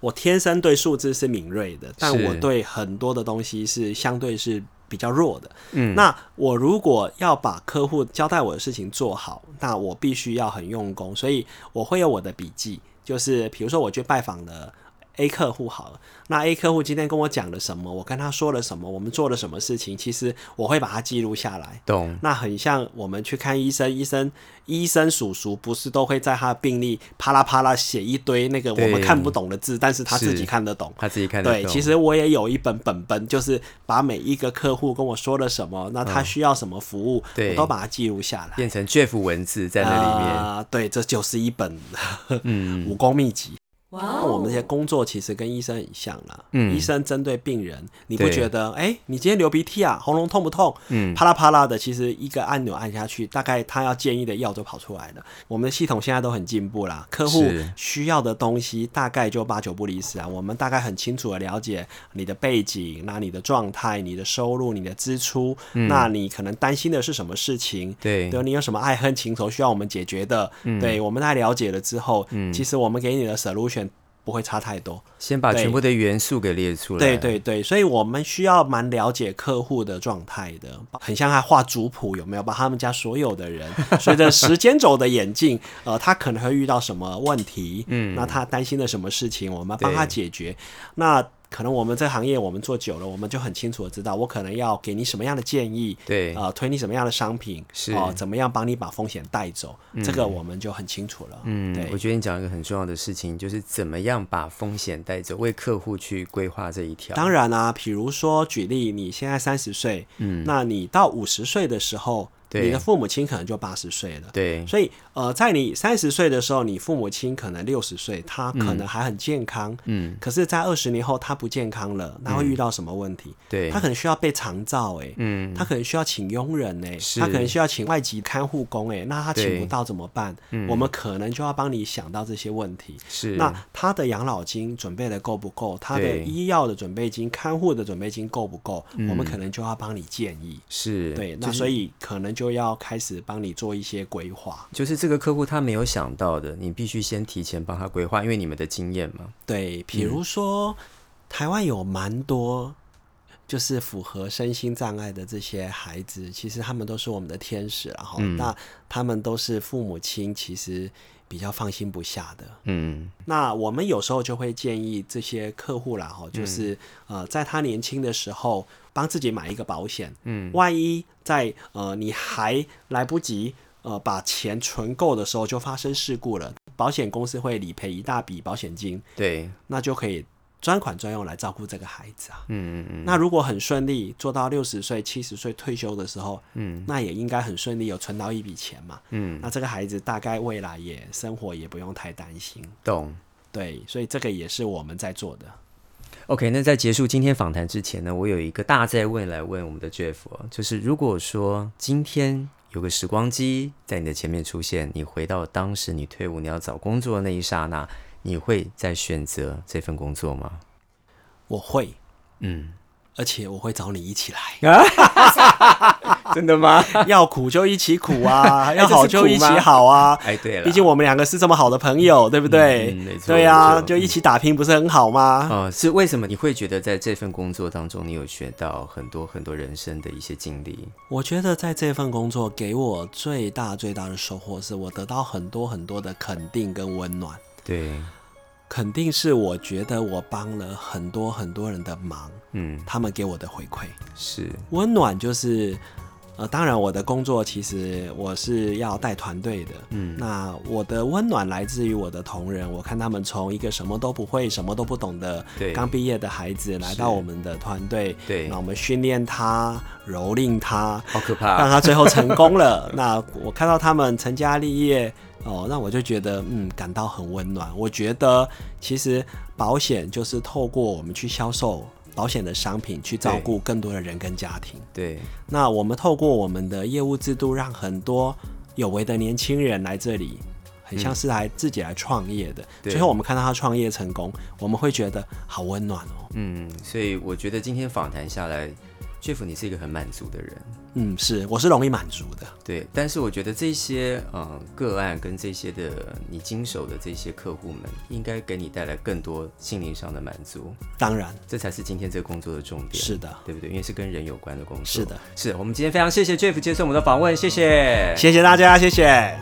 Speaker 1: 我天生对数字是敏锐的，但
Speaker 2: 是
Speaker 1: 我对很多的东西是相对是比较弱的。
Speaker 2: 嗯
Speaker 1: 那我如果要把客户交代我的事情做好，那我必须要很用功，所以我会有我的笔记，就是比如说我去拜访了。A 客户好了，那 A 客户今天跟我讲了什么，我跟他说了什么，我们做了什么事情，其实我会把它记录下来。
Speaker 2: 懂。
Speaker 1: 那很像我们去看医生，医生医生叔叔不是都会在他的病历啪啦啪啦写一堆那个我
Speaker 2: 对
Speaker 1: 们看不懂的字，但是他自
Speaker 2: 是
Speaker 1: 己看得懂。
Speaker 2: 他自己看得
Speaker 1: 对，
Speaker 2: 懂
Speaker 1: 其实我也有一本本本，就是把每一个客户跟我说了什么，那他需要什么服务，
Speaker 2: 嗯对
Speaker 1: 我都把它记录下来。
Speaker 2: 变成 Jeff 文字在那里面，嗯
Speaker 1: 啊、对，这就是一本 武功秘籍。
Speaker 3: 哇
Speaker 1: 那我们这些工作其实跟医生很像啦，
Speaker 2: 嗯
Speaker 1: 医生针对病人，你不
Speaker 2: 对
Speaker 1: 觉得？哎、你今天流鼻涕啊，喉咙痛不痛？
Speaker 2: 嗯
Speaker 1: 啪啦啪啦的，其实一个按钮按下去，大概他要建议的药就跑出来了。我们的系统现在都很进步啦，客户
Speaker 2: 是
Speaker 1: 需要的东西大概就八九不离十啊。我们大概很清楚的了解你的背景，那你的状态、你的收入、你的支出，那你可能担心的是什么事情？
Speaker 2: 嗯对嗯
Speaker 1: 对，你有什么爱恨情仇需要我们解决的？对，我们在了解了之后，其实我们给你的 solution 不会差太多。
Speaker 2: 先把
Speaker 1: 对
Speaker 2: 全部的元素给列出来。
Speaker 1: 对对对，所以我们需要蛮了解客户的状态的，很像他画族谱有没有？把他们家所有的 人随着时间轴的演进， 呃，他可能会遇到什么问题，嗯，那他担心的什么事情，我们帮他解决。那可能我们这行业我们做久了，我们就很清楚的知道，我可能要给你什么样的建议，
Speaker 2: 对
Speaker 1: 呃，推你什么样的商品，
Speaker 2: 是
Speaker 1: 哦、怎么样帮你把风险带走，这个我们就很清楚了，嗯
Speaker 2: 嗯，
Speaker 1: 对
Speaker 2: 我。觉得你讲一个很重要的事情，就是怎么样把风险带走，为客户去规划这一条。
Speaker 1: 当啊然啦、比如说举例，你现在三十岁，嗯，那你到五十岁的时候，
Speaker 2: 对
Speaker 1: 你的父母亲可能就八十岁了。
Speaker 2: 对，
Speaker 1: 所以，呃，在你三十岁的时候，你父母亲可能六十岁，他可能还很健康，
Speaker 2: 嗯，
Speaker 1: 可是，在二十年后他不健康了，他会遇到什么问题？
Speaker 2: 对，
Speaker 1: 他可能需要被长照、欸，哎，
Speaker 2: 嗯，
Speaker 1: 他可能需要请佣人哎、
Speaker 2: 是
Speaker 1: 他可能需要请外籍看护工哎、那他
Speaker 2: 对嗯
Speaker 1: 请不到怎么办？我们可能就要帮你想到这些问题。
Speaker 2: 是
Speaker 1: 那他的养老金准备的够不够？他的
Speaker 2: 对
Speaker 1: 医药的准备金、看护的准备金够不够？我们可能就要帮你建议。
Speaker 2: 是
Speaker 1: 对，
Speaker 2: 就
Speaker 1: 那
Speaker 2: 是
Speaker 1: 所以可能就要开始帮你做一些规划。
Speaker 2: 就是这个客户他没有想到的，你必须先提前帮他规划，因为你们的经验嘛。
Speaker 1: 对，比如说、台湾有蛮多就是符合身心障碍的这些孩子，其实他们都是我们的天使啦，然后、
Speaker 2: 嗯
Speaker 1: 那他们都是父母亲其实比较放心不下的。
Speaker 2: 嗯，
Speaker 1: 那我们有时候就会建议这些客户啦，哈，
Speaker 2: 嗯
Speaker 1: 就是、呃，在他年轻的时候帮自己买一个保险，嗯，万一在呃你还来不及呃把钱存够的时候就发生事故了，保险公司会理赔一大笔保险金，
Speaker 2: 对，
Speaker 1: 那就可以专款专用来照顾这个孩子啊。
Speaker 2: 嗯嗯嗯，
Speaker 1: 那如果很顺利做到六十岁、七十岁退休的时候，嗯，那也应该很顺利有存到一笔钱嘛，
Speaker 2: 嗯，
Speaker 1: 那这个孩子大概未来也生活也不用太担心。
Speaker 2: 懂。
Speaker 1: 对，所以这个也是我们在做的。
Speaker 2: OK，那在结束今天访谈之前呢，我有一个大在问来问我们的 Jeff，哦就是如果说今天有个时光机在你的前面出现，你回到当时你退伍你要找工作的那一刹那，你会再选择这份工作吗？
Speaker 1: 我会，
Speaker 2: 嗯，
Speaker 1: 而且我会找你一起来，
Speaker 2: 真的吗？
Speaker 1: 要苦就一起苦 啊，要
Speaker 2: 这是
Speaker 1: 好就一
Speaker 2: 苦
Speaker 1: 起
Speaker 2: 吗
Speaker 1: 好啊。
Speaker 2: 哎，对了，
Speaker 1: 毕竟我们两个是这么好的朋友，对不对？
Speaker 2: 嗯没错
Speaker 1: 对啊，
Speaker 2: 没错
Speaker 1: 就一起打拼，不是很好吗？
Speaker 2: 呃，是为什么你会觉得在这份工作当中，你有学到很多很多人生的一些经历？
Speaker 1: 我觉得在这份工作给我最大最大的收获是我得到很多很多的肯定跟温暖。
Speaker 2: 对，
Speaker 1: 肯定是我觉得我帮了很多很多人的忙，
Speaker 2: 嗯，
Speaker 1: 他们给我的回馈。
Speaker 2: 是，
Speaker 1: 温暖就是，呃，当然我的工作其实我是要带团队的，嗯，那我的温暖来自于我的同仁，我看他们从一个什么都不会、什么都不懂的
Speaker 2: 对
Speaker 1: 刚毕业的孩子来到我们的团队，
Speaker 2: 对
Speaker 1: 那我们训练他、蹂躏他，
Speaker 2: 好可
Speaker 1: 让
Speaker 2: 怕，
Speaker 1: 他最后成功 了。那我看到他们成家立业，哦，那我就觉得嗯，感到很温暖。我觉得其实保险就是透过我们去销售保险的商品，去照顾更多的人跟家庭。
Speaker 2: 对，
Speaker 1: 那我们透过我们的业务制度，让很多有为的年轻人来这里。很像是来自己来创业的，
Speaker 2: 对
Speaker 1: 最后我们看到他创业成功，我们会觉得好温暖哦。
Speaker 2: 嗯，所以我觉得今天访谈下来，Jeff 你是一个很满足的人，
Speaker 1: 嗯，是，我是容易满足的。
Speaker 2: 对，但是我觉得这些呃个案跟这些的你经手的这些客户们，应该给你带来更多心灵上的满足，
Speaker 1: 当然，
Speaker 2: 这才是今天这个工作的重点，
Speaker 1: 是的
Speaker 2: 对不对？因为是跟人有关的工作，
Speaker 1: 是的，
Speaker 2: 是我们今天非常谢谢 Jeff 接受我们的访问，谢谢，
Speaker 1: 谢谢大家，谢谢。